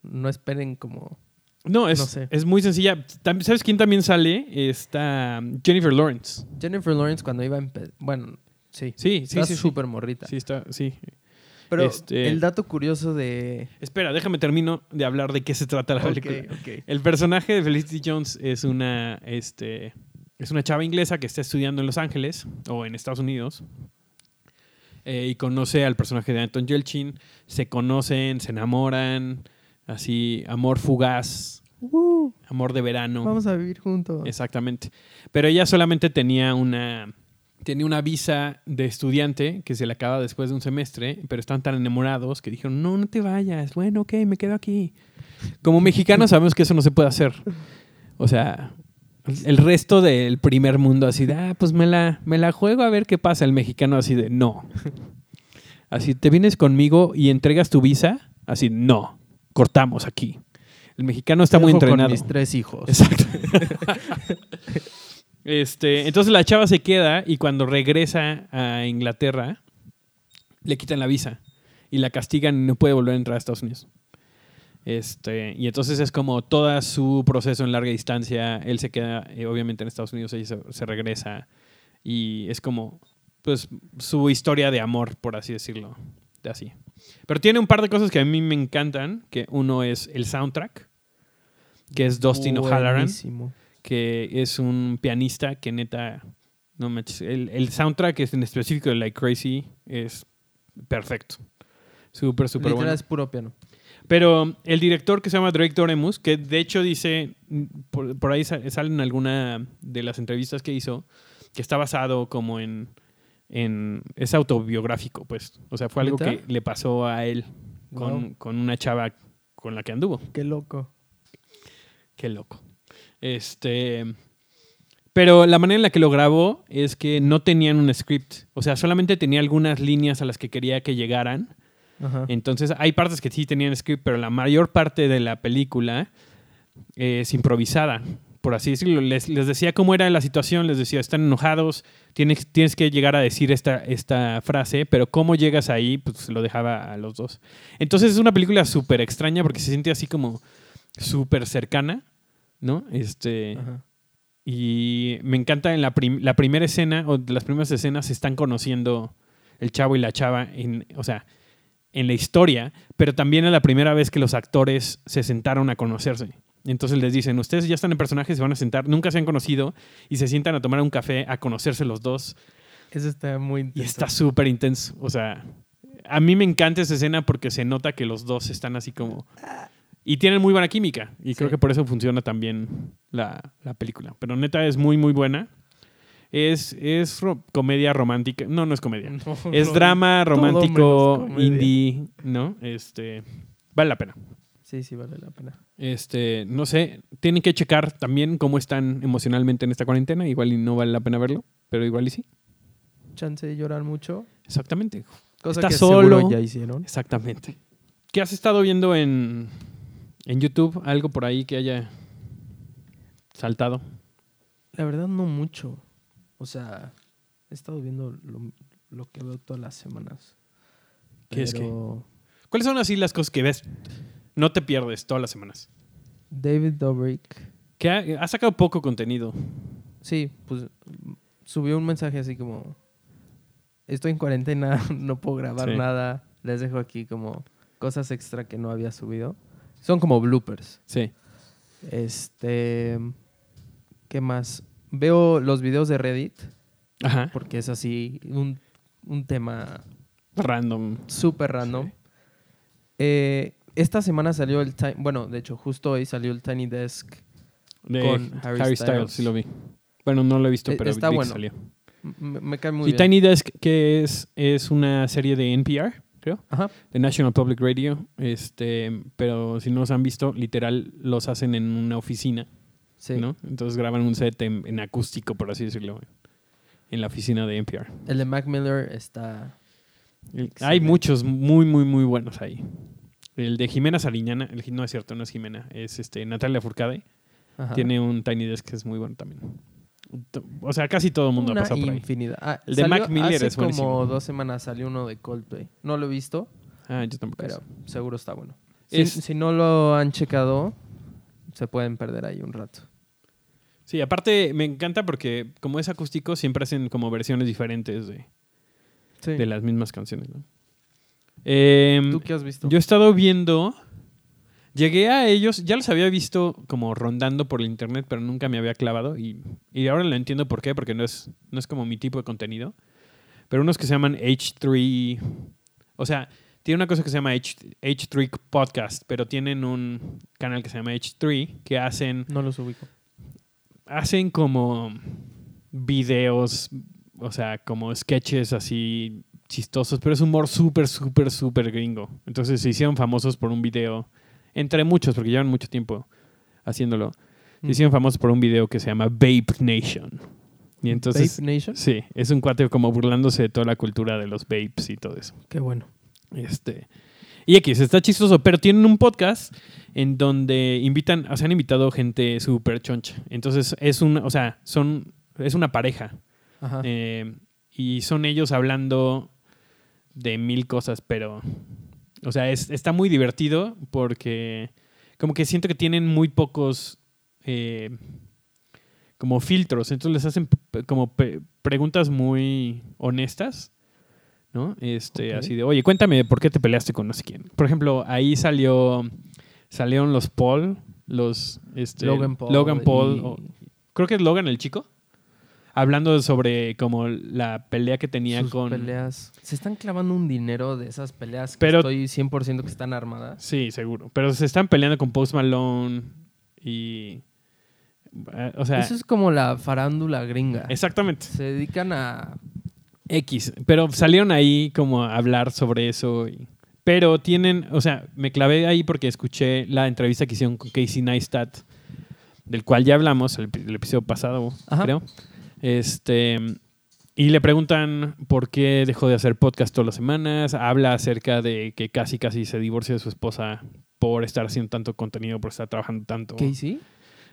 no esperen como...
No, es,
No sé.
es muy sencilla. Tam- ¿Sabes quién también sale? Está Jennifer Lawrence.
Jennifer Lawrence cuando iba en... pe- Bueno, sí.
Sí, sí,
está
sí, sí.
súper morrita.
Sí, está, sí.
Pero
Este-
el dato curioso de...
Espera, déjame termino de hablar de qué se trata la película. Em,
Ok, ok.
El personaje de Felicity Jones es una, este, es una chava inglesa que está estudiando en Los Ángeles o en Estados Unidos eh, y conoce al personaje de Anton Yelchin. Se conocen, se enamoran, así, amor fugaz,
Uh,
amor de verano.
Vamos a vivir juntos.
Exactamente. Pero ella solamente tenía una, tenía una visa de estudiante que se le acaba después de un semestre, pero están tan enamorados que dijeron, no, no te vayas, bueno, ok, me quedo aquí. Como mexicanos sabemos que eso no se puede hacer. O sea, el resto del primer mundo así de, ah, pues me la, me la juego a ver qué pasa. El mexicano así de, no. Así, te vienes conmigo y entregas tu visa, así, no, cortamos aquí. El mexicano está
Te
muy
dejo con
entrenado.
mis tres hijos.
Exacto. este, entonces la chava se queda y cuando regresa a Inglaterra le quitan la visa y la castigan y no puede volver a entrar a Estados Unidos. Este, y entonces es como todo su proceso en larga distancia. Él se queda, eh, obviamente, en Estados Unidos, ella se, se regresa. Y es como, pues, su historia de amor, por así decirlo. de Así. Pero tiene un par de cosas que a mí me encantan. Que uno es el soundtrack, que es Dustin O'Halloran
Buenísimo.
que es un pianista que neta, no manches, el, el soundtrack es en específico de Like Crazy es perfecto. Súper, súper
Literal
bueno.
es puro piano.
Pero el director que se llama Drake Doremus, que de hecho dice, mm, por, por ahí sa- sale en alguna de las entrevistas que hizo, que está basado como en... en es autobiográfico, pues. O sea, fue algo
¿Neta?
que le pasó a él con,
Wow.
con una chava con la que anduvo.
Qué loco.
Qué loco. Este. Pero la manera en la que lo grabó es que no tenían un script. O sea, solamente tenía algunas líneas a las que quería que llegaran.
Ajá.
Entonces, hay partes que sí tenían script, pero la mayor parte de la película es improvisada, por así decirlo. Les, les decía cómo era la situación, les decía, están enojados, tienes, tienes que llegar a decir esta, esta frase, pero cómo llegas ahí, pues lo dejaba a los dos. Entonces, es una película súper extraña porque se siente así como súper cercana, ¿no? Este.
Ajá.
Y me encanta en la, prim- la primera escena o de las primeras escenas se están conociendo el chavo y la chava en, o sea, en la historia, pero también es la primera vez que los actores se sentaron a conocerse. Entonces les dicen, ustedes ya están en personajes, se van a sentar, nunca se han conocido y se sientan a tomar un café, a conocerse los dos.
Eso está muy
Y
intenso.
está súper intenso. O sea, a mí me encanta esa escena porque se nota que los dos están así como... Y tienen muy buena química. Y creo
Sí.
que por eso funciona también la, la película. Pero neta es muy, muy buena. Es, es ro- comedia romántica. No, no es comedia.
No,
es
no.
drama
menos
romántico,
comedia.
indie, ¿no? Este, vale la pena.
Sí, sí, vale la pena.
Este, no sé, tienen que checar también cómo están emocionalmente en esta cuarentena. Igual y no vale la pena verlo, pero igual y sí.
Chance de llorar mucho.
Exactamente.
Cosa
Está
que
solo.
seguro ya hicieron.
Exactamente. ¿Qué has estado viendo en, en YouTube? ¿Algo por ahí que haya saltado?
La verdad, no mucho. O sea, he estado viendo lo, lo que veo todas las semanas.
¿Qué es qué?
Pero
¿Cuáles son así las cosas que ves? No te pierdes todas las semanas.
David Dobrik.
Que ha, ha sacado poco contenido.
Sí, pues mm, subió un mensaje así como: Estoy en cuarentena, no puedo grabar
Sí.
nada. Les dejo aquí como cosas extra que no había subido. Son como bloopers.
Sí.
Este. ¿Qué más? Veo los videos de Reddit,
Ajá.
porque es así un, un tema
Random.
súper random.
Sí.
Eh, esta semana salió el Ti- Bueno, de hecho, justo hoy salió el Tiny Desk.
De
Con Harry
Harry,
Styles.
Styles. sí lo vi. Bueno, no lo he visto,
Eh,
pero
está
vi que
bueno.
salió.
M- me- me cae muy
Y
bien.
Tiny Desk, que es, es una serie de NPR, creo,
Ajá.
de National Public Radio. Este, pero si no los han visto, literal los hacen en una oficina,
Sí.
¿no? Entonces graban un set en, en acústico, por así decirlo, en la oficina de NPR.
El de Mac Miller está.
Hay
Excelente.
muchos muy, muy, muy buenos ahí. El de Jimena Sariñana, el, no es cierto, no es Jimena, es este Natalia Furcade.
ajá,
Tiene un Tiny Desk que es muy bueno también. O sea, casi todo el mundo
una
ha pasado por ahí.
infinidad. Ah,
El de
salió
Mac Miller
hace
es buenísimo.
como dos semanas salió uno de Coldplay. No lo he visto,
Ah, yo tampoco.
pero seguro está bueno. Si,
Es-
si no lo han checado, se pueden perder ahí un rato.
Sí, aparte me encanta porque como es acústico siempre hacen como versiones diferentes de,
Sí.
de las mismas canciones, ¿no? Em,
¿Tú qué has visto?
yo he estado viendo, llegué a ellos, ya los había visto como rondando por el internet, pero nunca me había clavado y, y ahora lo entiendo por qué, porque no es, no es como mi tipo de contenido, pero unos que se llaman H3, o sea, tiene una cosa que se llama H, H3 Podcast, pero tienen un canal que se llama H3 que hacen
No los ubico.
hacen como videos, o sea, como sketches así chistosos, pero es humor súper, súper, súper gringo. Entonces se hicieron famosos por un video, entre muchos, porque llevan mucho tiempo haciéndolo. Se
Mm.
hicieron famosos por un video que se llama Vape Nation. Y entonces,
Vape Nation.
sí, es un cuate como burlándose de toda la cultura de los vapes y todo eso.
Qué bueno.
Este. Y X, está chistoso, pero tienen un podcast en donde invitan, o sea, han invitado gente súper choncha. Entonces, es una, o sea, son, es una pareja.
Ajá.
Eh, y son ellos hablando de mil cosas, pero, o sea, es- está muy divertido porque como que siento que tienen muy pocos eh, como filtros, entonces les hacen p- como pe- preguntas muy honestas, ¿no? Este,
Ok.
así de, oye, cuéntame por qué te peleaste con no sé quién. Por ejemplo, ahí salió, salieron los Paul, los, este,
Logan Paul.
Logan Paul,
y-
o- creo que es Logan el chico, hablando sobre como la pelea que tenía
sus
con...
peleas. Se están clavando un dinero de esas peleas que
Pero-
estoy 100% que están armadas.
Sí, seguro. Pero se están peleando con Post Malone y... eh, O sea,
Eso es como la farándula gringa.
exactamente.
Se dedican a...
X. Pero salieron ahí como a hablar sobre eso. y- pero tienen, o sea, me clavé ahí porque escuché la entrevista que hicieron con Casey Neistat, del cual ya hablamos el, el episodio pasado,
Ajá.
creo. Este, y le preguntan por qué dejó de hacer podcast todas las semanas. Habla acerca de que casi, casi se divorcia de su esposa por estar haciendo tanto contenido, por estar trabajando tanto.
Casey.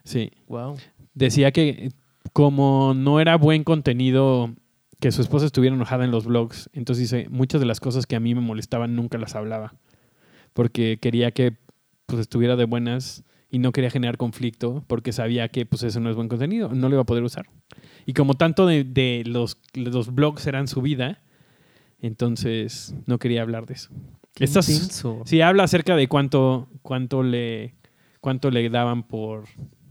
Sí
Wow.
decía que eh, como no era buen contenido que su esposa estuviera enojada en los blogs, entonces dice, muchas de las cosas que a mí me molestaban nunca las hablaba, porque quería que pues estuviera de buenas y no quería generar conflicto porque sabía que pues eso no es buen contenido, no lo iba a poder usar. Y como tanto de, de los, los blogs eran su vida, entonces no quería hablar de eso.
Qué
Estas-
intenso.
Sí, habla acerca de cuánto, cuánto, le, cuánto le daban por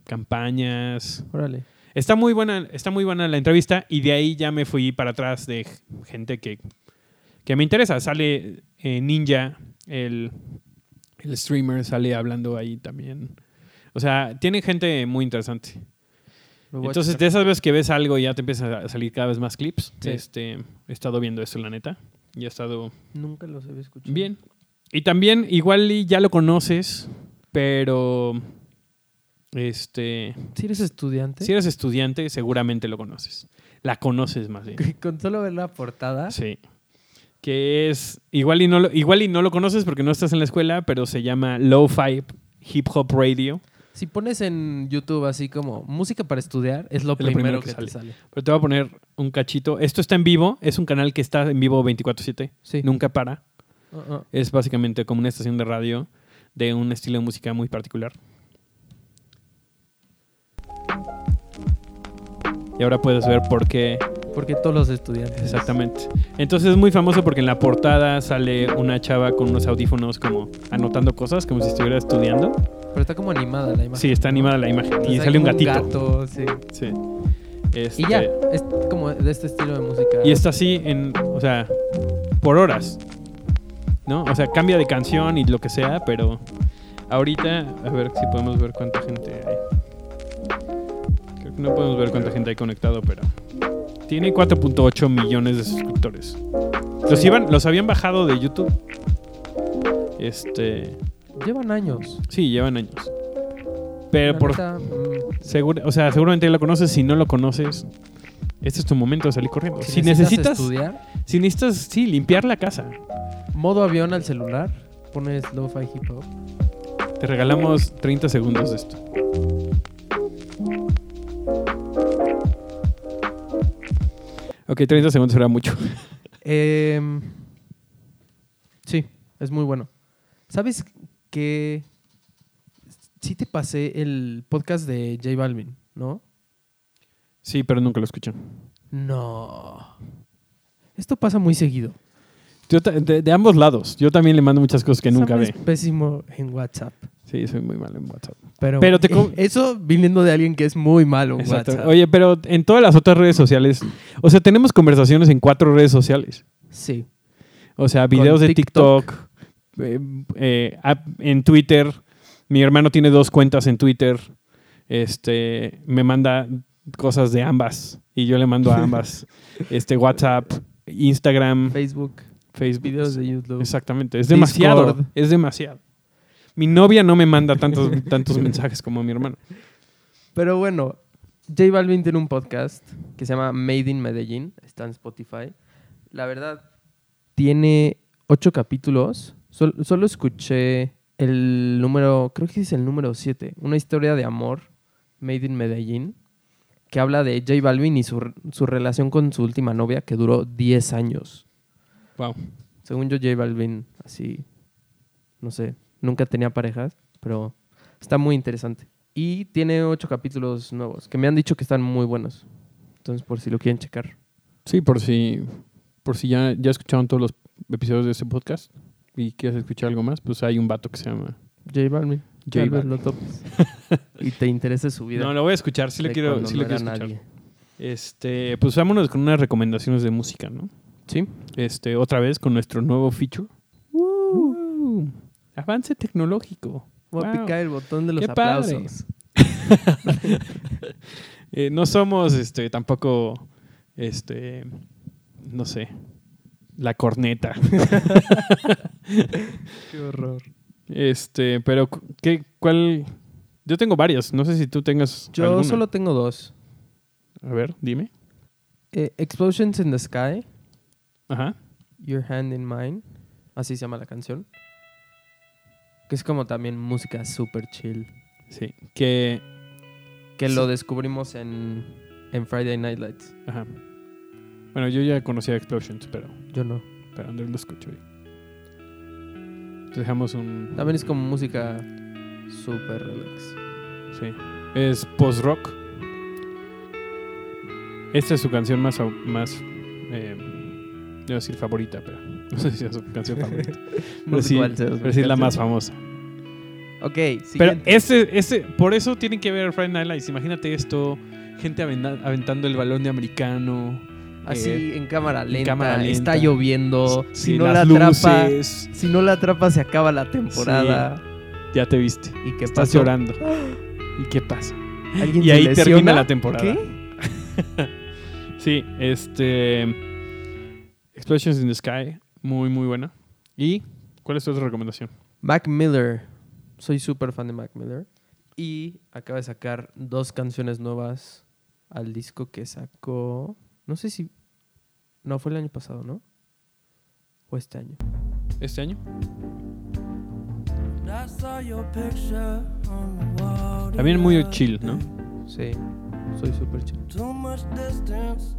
campañas,
Órale.
Está muy buena, está muy buena la entrevista y de ahí ya me fui para atrás de gente que, que me interesa. Sale eh, Ninja, el, el streamer, sale hablando ahí también. O sea, tiene gente muy interesante.
Lo voy a
Entonces, de
checar.
esas veces que ves algo y ya te empiezan a salir cada vez más clips.
Sí.
Este, he estado viendo eso, la neta. Y ha estado
Nunca los había escuchado.
bien. Y también, igual y ya lo conoces, pero. Este.
Si eres estudiante,
Si eres estudiante, seguramente lo conoces. La conoces más bien.
que con solo ver la portada,
Sí. Que es. Igual y, no lo, igual y no lo conoces porque no estás en la escuela, pero se llama Lo-Fi Hip Hop Radio.
si pones en YouTube así como música para estudiar, es lo,
Es lo
primero,
primero
que,
que
te sale.
Pero te voy a poner un cachito. Esto está en vivo. Es un canal que está en vivo 24-7.
Sí.
Nunca para.
Uh, uh.
Es básicamente como una estación de radio de un estilo de música muy particular. Y ahora puedes ver por qué
Porque todos los estudiantes.
exactamente. Entonces es muy famoso porque en la portada sale una chava con unos audífonos como anotando cosas, como si estuviera estudiando.
Pero está como animada la imagen.
Sí, está animada la imagen. Y
Entonces hay
sale un
como
gatito.
Pues gato, sí.
Sí.
Y ya,
Este,
es como de este estilo de música.
Y está así en, o sea, por horas. ¿No? O sea, cambia de canción y lo que sea, pero ahorita, a ver si podemos ver cuánta gente hay. Creo que no podemos ver cuánta gente hay conectado, pero tiene 4.8 millones de suscriptores. Los
Sí.
iban los habían bajado de YouTube. Este,
Llevan años.
sí, llevan años. Pero
La
Eh, por
neta, mm,
seguro, o sea, seguramente lo conoces, si no lo conoces, este es tu momento de salir corriendo. Si, necesitas
estudiar,
si necesitas, sí, limpiar la casa.
modo avión al celular, pones lo-fi hip hop.
Te regalamos 30 segundos de esto. Ok, 30 segundos era mucho.
Em, sí, es muy bueno. ¿Sabes que sí te pasé el podcast de J Balvin, no?
Sí, pero nunca lo escuché.
No. Esto pasa muy seguido.
Yo ta- de, de ambos lados. Yo también le mando muchas cosas que
Sam
nunca
es
ve.
pésimo en WhatsApp.
Sí, soy muy malo en WhatsApp.
Pero, eh,
Pero te com-
eso viniendo de alguien que es muy malo en
Exacto.
WhatsApp.
Oye, pero en todas las otras redes sociales, o sea, tenemos conversaciones en cuatro redes sociales.
Sí.
O sea,
Con
videos de
TikTok.
TikTok, eh, eh, app- en Twitter. Mi hermano tiene dos cuentas en Twitter. Este, me manda cosas de ambas y yo le mando a ambas. este, WhatsApp, Instagram,
Facebook,
Facebook.
videos de YouTube.
Exactamente, es
Discord.
demasiado, es demasiado. Mi novia no me manda tantos, tantos mensajes como mi hermano.
Pero bueno, J Balvin tiene un podcast que se llama Made in Medellín, está en Spotify. La verdad, tiene ocho capítulos. Sol- solo escuché el número, creo que es el número siete, una historia de amor, Made in Medellín, que habla de J Balvin y su, r- su relación con su última novia que duró 10 años.
Wow.
Según yo, J Balvin, así, no sé, nunca tenía parejas, pero está muy interesante. Y tiene ocho capítulos nuevos, que me han dicho que están muy buenos. Entonces, por si lo quieren checar.
Sí, por si, por si ya, ya escucharon todos los episodios de este podcast y quieres escuchar algo más, pues hay un vato que se llama
J Balvin,
J
tal vez
Balvin.
lo topes. y te interese su vida.
No, lo voy a escuchar, sí lo
de
quiero,
cuando
sí
no
lo quiero
era
escuchar.
nadie.
Este, pues vámonos con unas recomendaciones de música, ¿no?
Sí.
Este, otra vez con nuestro nuevo feature. Woo. Avance tecnológico.
Voy a
Wow.
picar el botón de los
Qué padre.
aplausos.
Eh, no somos este tampoco este no sé, la corneta.
Qué horror.
Este, pero cu- ¿qué cuál yo tengo varias, no sé si tú tengas
Yo
alguna.
solo tengo dos.
A ver, dime.
Eh, Explosions in the Sky,
Ajá.
Your Hand in Mine. Así se llama la canción. Que es como también música super chill.
Sí, que
Que lo descubrimos en, en Friday Night Lights.
ajá. Bueno, yo ya conocía Explosions, pero
Yo no.
Pero Andrés lo escuchó ahí. Te dejamos un.
También es como música super relax.
Sí. Es post-rock. Esta es su canción más. au- más eh, yo iba a decir favorita, pero no sé si es su canción favorita.
No
pero
sé
sí,
cuál sea su
pero sí es la
canción.
más famosa.
Ok, siguiente.
Pero este, este, por eso tienen que ver Friday Night Lights. Imagínate esto gente avena- aventando el balón de americano.
Así
eh,
en cámara lenta,
cámara lenta.
está lloviendo,
sí,
si no la
las
atrapa,
luces.
si no la atrapa se acaba la temporada.
Ya te viste.
¿Y qué
Estás
pasó?
llorando. ¿Y qué pasa?
¿Alguien
Y
se
ahí termina
lesiona?
la temporada.
¿Qué?
Sí, este. Explosions in the Sky, muy, muy buena. ¿Y cuál es tu otra recomendación?
Mac Miller. Soy súper fan de Mac Miller. Y acaba de sacar dos canciones nuevas al disco que sacó. No sé si. No, fue el año pasado, ¿no? O este año.
¿Este año?
También
También muy chill, ¿no?
Sí. Soy súper chido.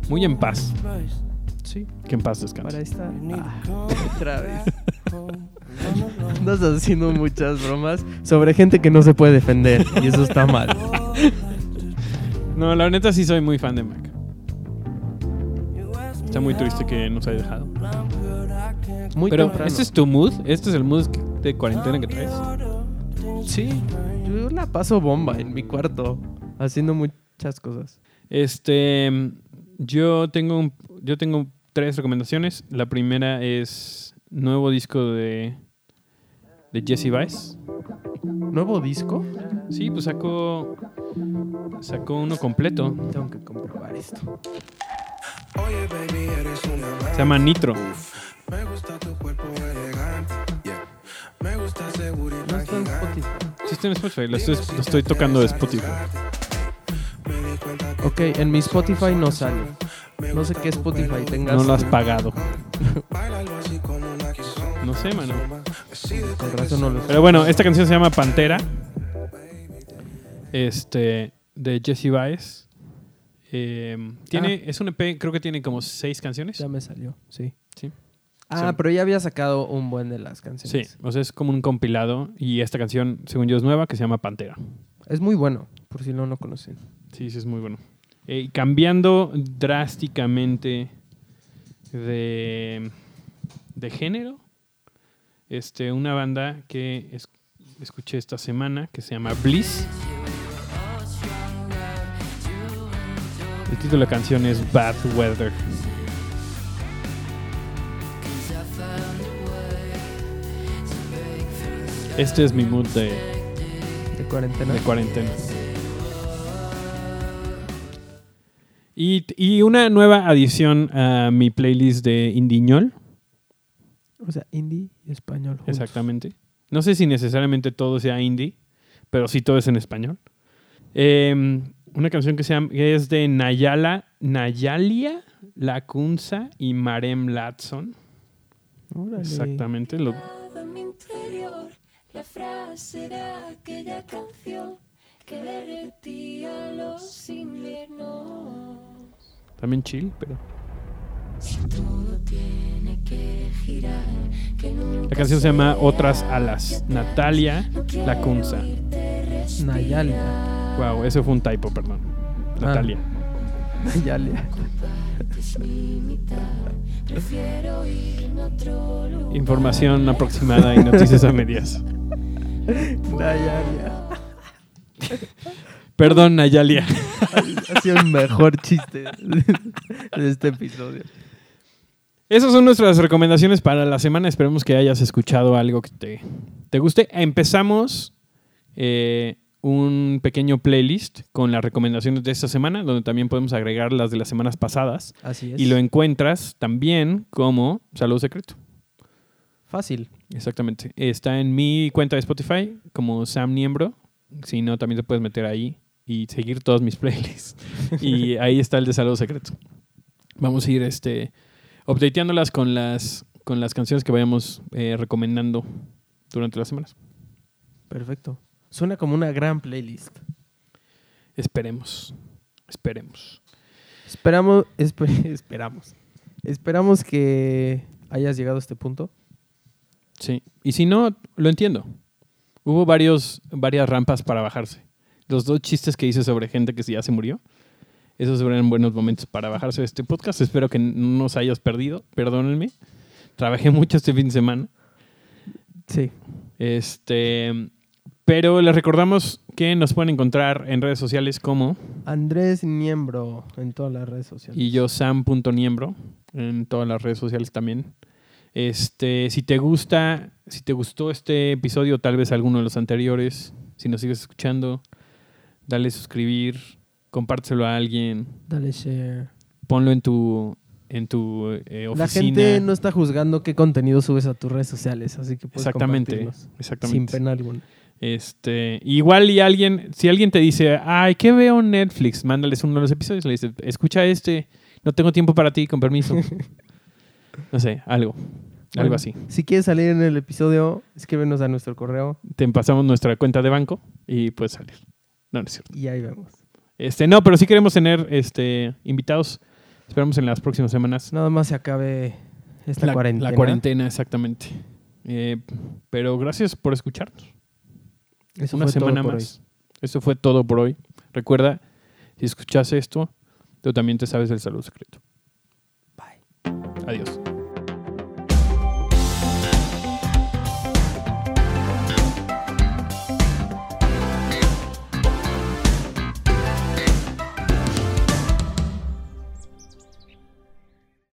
Muy en paz.
Sí.
Que en paz
Para
descanse.
esta. otra vez. Andas haciendo muchas bromas sobre gente que no se puede defender. Y eso está mal.
No, la neta sí soy muy fan de Mac. Está muy triste que nos haya dejado.
Muy
Pero,
temprano.
¿este es tu mood? ¿Este es el mood que- de cuarentena que traes?
Sí. Yo la paso bomba en mi cuarto. Haciendo muchas cosas.
Este, yo tengo, un- yo tengo tres recomendaciones. La primera es nuevo disco de, de Jesse Vice.
¿Nuevo disco?
Sí, pues sacó, sacó uno completo.
Tengo que comprobar esto.
Se llama Nitro.
Me gusta tu cuerpo elegante. yeah. Me gusta ese booty
No
tan
está en
gigante.
Spotify.
Sí está en Spotify, lo estoy,
Dime si
lo estoy
te
tocando de
atreves a
Spotify.
arriesgarte. Me di cuenta que
Ok, en mi Spotify no sale.
me
No sé
gusta
qué
tu
Spotify
pelo.
tengas.
No lo has pagado.
Báilalo así como una quizón.
No sé, mano.
Decídete
Con
que
razón no lo
Pero bueno, esta canción se llama Pantera. Este, de Jesse Vice. Eh, tiene, Es un EP, creo que tiene como seis canciones.
Ya me salió, sí.
Sí.
Ah,
Sí.
pero ya había sacado un buen de las
Sí,
canciones.
o sea, es como un compilado y esta canción, según yo, es nueva, que se llama Pantera.
Es muy bueno, por si no lo conocen.
Sí, sí, es muy bueno. Eh, cambiando drásticamente de, de género, este, una banda que es- escuché esta semana que se llama Bliss. El título de la canción es Bad Weather. Este es mi mood de,
De cuarentena.
de cuarentena. Y, y una nueva adición a mi playlist de Indiñol,
O sea, indie y español. juntos.
exactamente. No sé si necesariamente todo sea indie, pero sí todo es en español. Eh, una canción que, se llama- que es de Nayala, Nayalia Lacunza y Marem Latson.
Órale.
Exactamente. lo-
en mi interior la frase de aquella canción que derretía los inviernos.
también chill, pero...
Si todo tiene que girar, que nunca
La canción se llama Otras Alas. Natalia Lacunza.
Nayalia.
Wow, ese fue un typo, perdón. Natalia.
Nayalia.
es mi mitad. Prefiero irme a otro lugar.
Información aproximada y noticias a medias.
Nayalia.
Perdón, Nayalia.
Ha sido el mejor chiste de este episodio.
Esas son nuestras recomendaciones para la semana. Esperemos que hayas escuchado algo que te, te guste. Empezamos eh, un pequeño playlist con las recomendaciones de esta semana, donde también podemos agregar las de las semanas pasadas.
Así es.
Y lo encuentras también como Salud Secreto.
Fácil.
Exactamente. Está en mi cuenta de Spotify como Sam Niembro. Si no, también te puedes meter ahí y seguir todos mis playlists. y ahí está el de Saludo Secreto. Vamos a ir este, updateándolas con las, con las canciones que vayamos eh, recomendando durante las semanas.
Perfecto. Suena como una gran playlist.
Esperemos. Esperemos.
Esperamos, espe- esperamos. Esperamos que hayas llegado a este punto.
Sí. Y si no, lo entiendo. Hubo varios, varias rampas para bajarse. Los dos chistes que hice sobre gente que ya se murió. Esos eran buenos momentos para bajarse de este podcast. Espero que no nos hayas perdido. Perdónenme. Trabajé mucho este fin de semana.
Sí.
Este, pero les recordamos que nos pueden encontrar en redes sociales como
Andrés Niembro en todas las redes sociales.
y yo sam.niembro en todas las redes sociales también. Este, si te gusta, si te gustó este episodio, tal vez alguno de los anteriores, si nos sigues escuchando, dale suscribir, compártelo a alguien,
Dale share.
ponlo en tu en tu eh, oficina.
La gente no está juzgando qué contenido subes a tus redes sociales, así que puedes
exactamente,
compartirlos sin
exactamente.
pena alguna.
Este, igual y alguien, si alguien te dice, ay, ¿qué veo en Netflix? Mándales uno de los episodios, le dices, escucha este, no tengo tiempo para ti, con permiso. no sé, algo, algo
Bueno.
así.
Si quieres salir en el episodio, escríbenos a nuestro correo
Te pasamos nuestra cuenta de banco y puedes salir. No, no es cierto.
y ahí vemos.
Este, no, pero sí queremos tener este, invitados. Esperamos en las próximas semanas.
Nada más se acabe esta
la
cuarentena.
La cuarentena, exactamente. Eh, pero gracias por escucharnos.
Eso
una
fue todo
semana
por
más. Eso fue todo por hoy. Recuerda, si escuchas esto, tú también te sabes el saludo secreto. Bye. Adiós.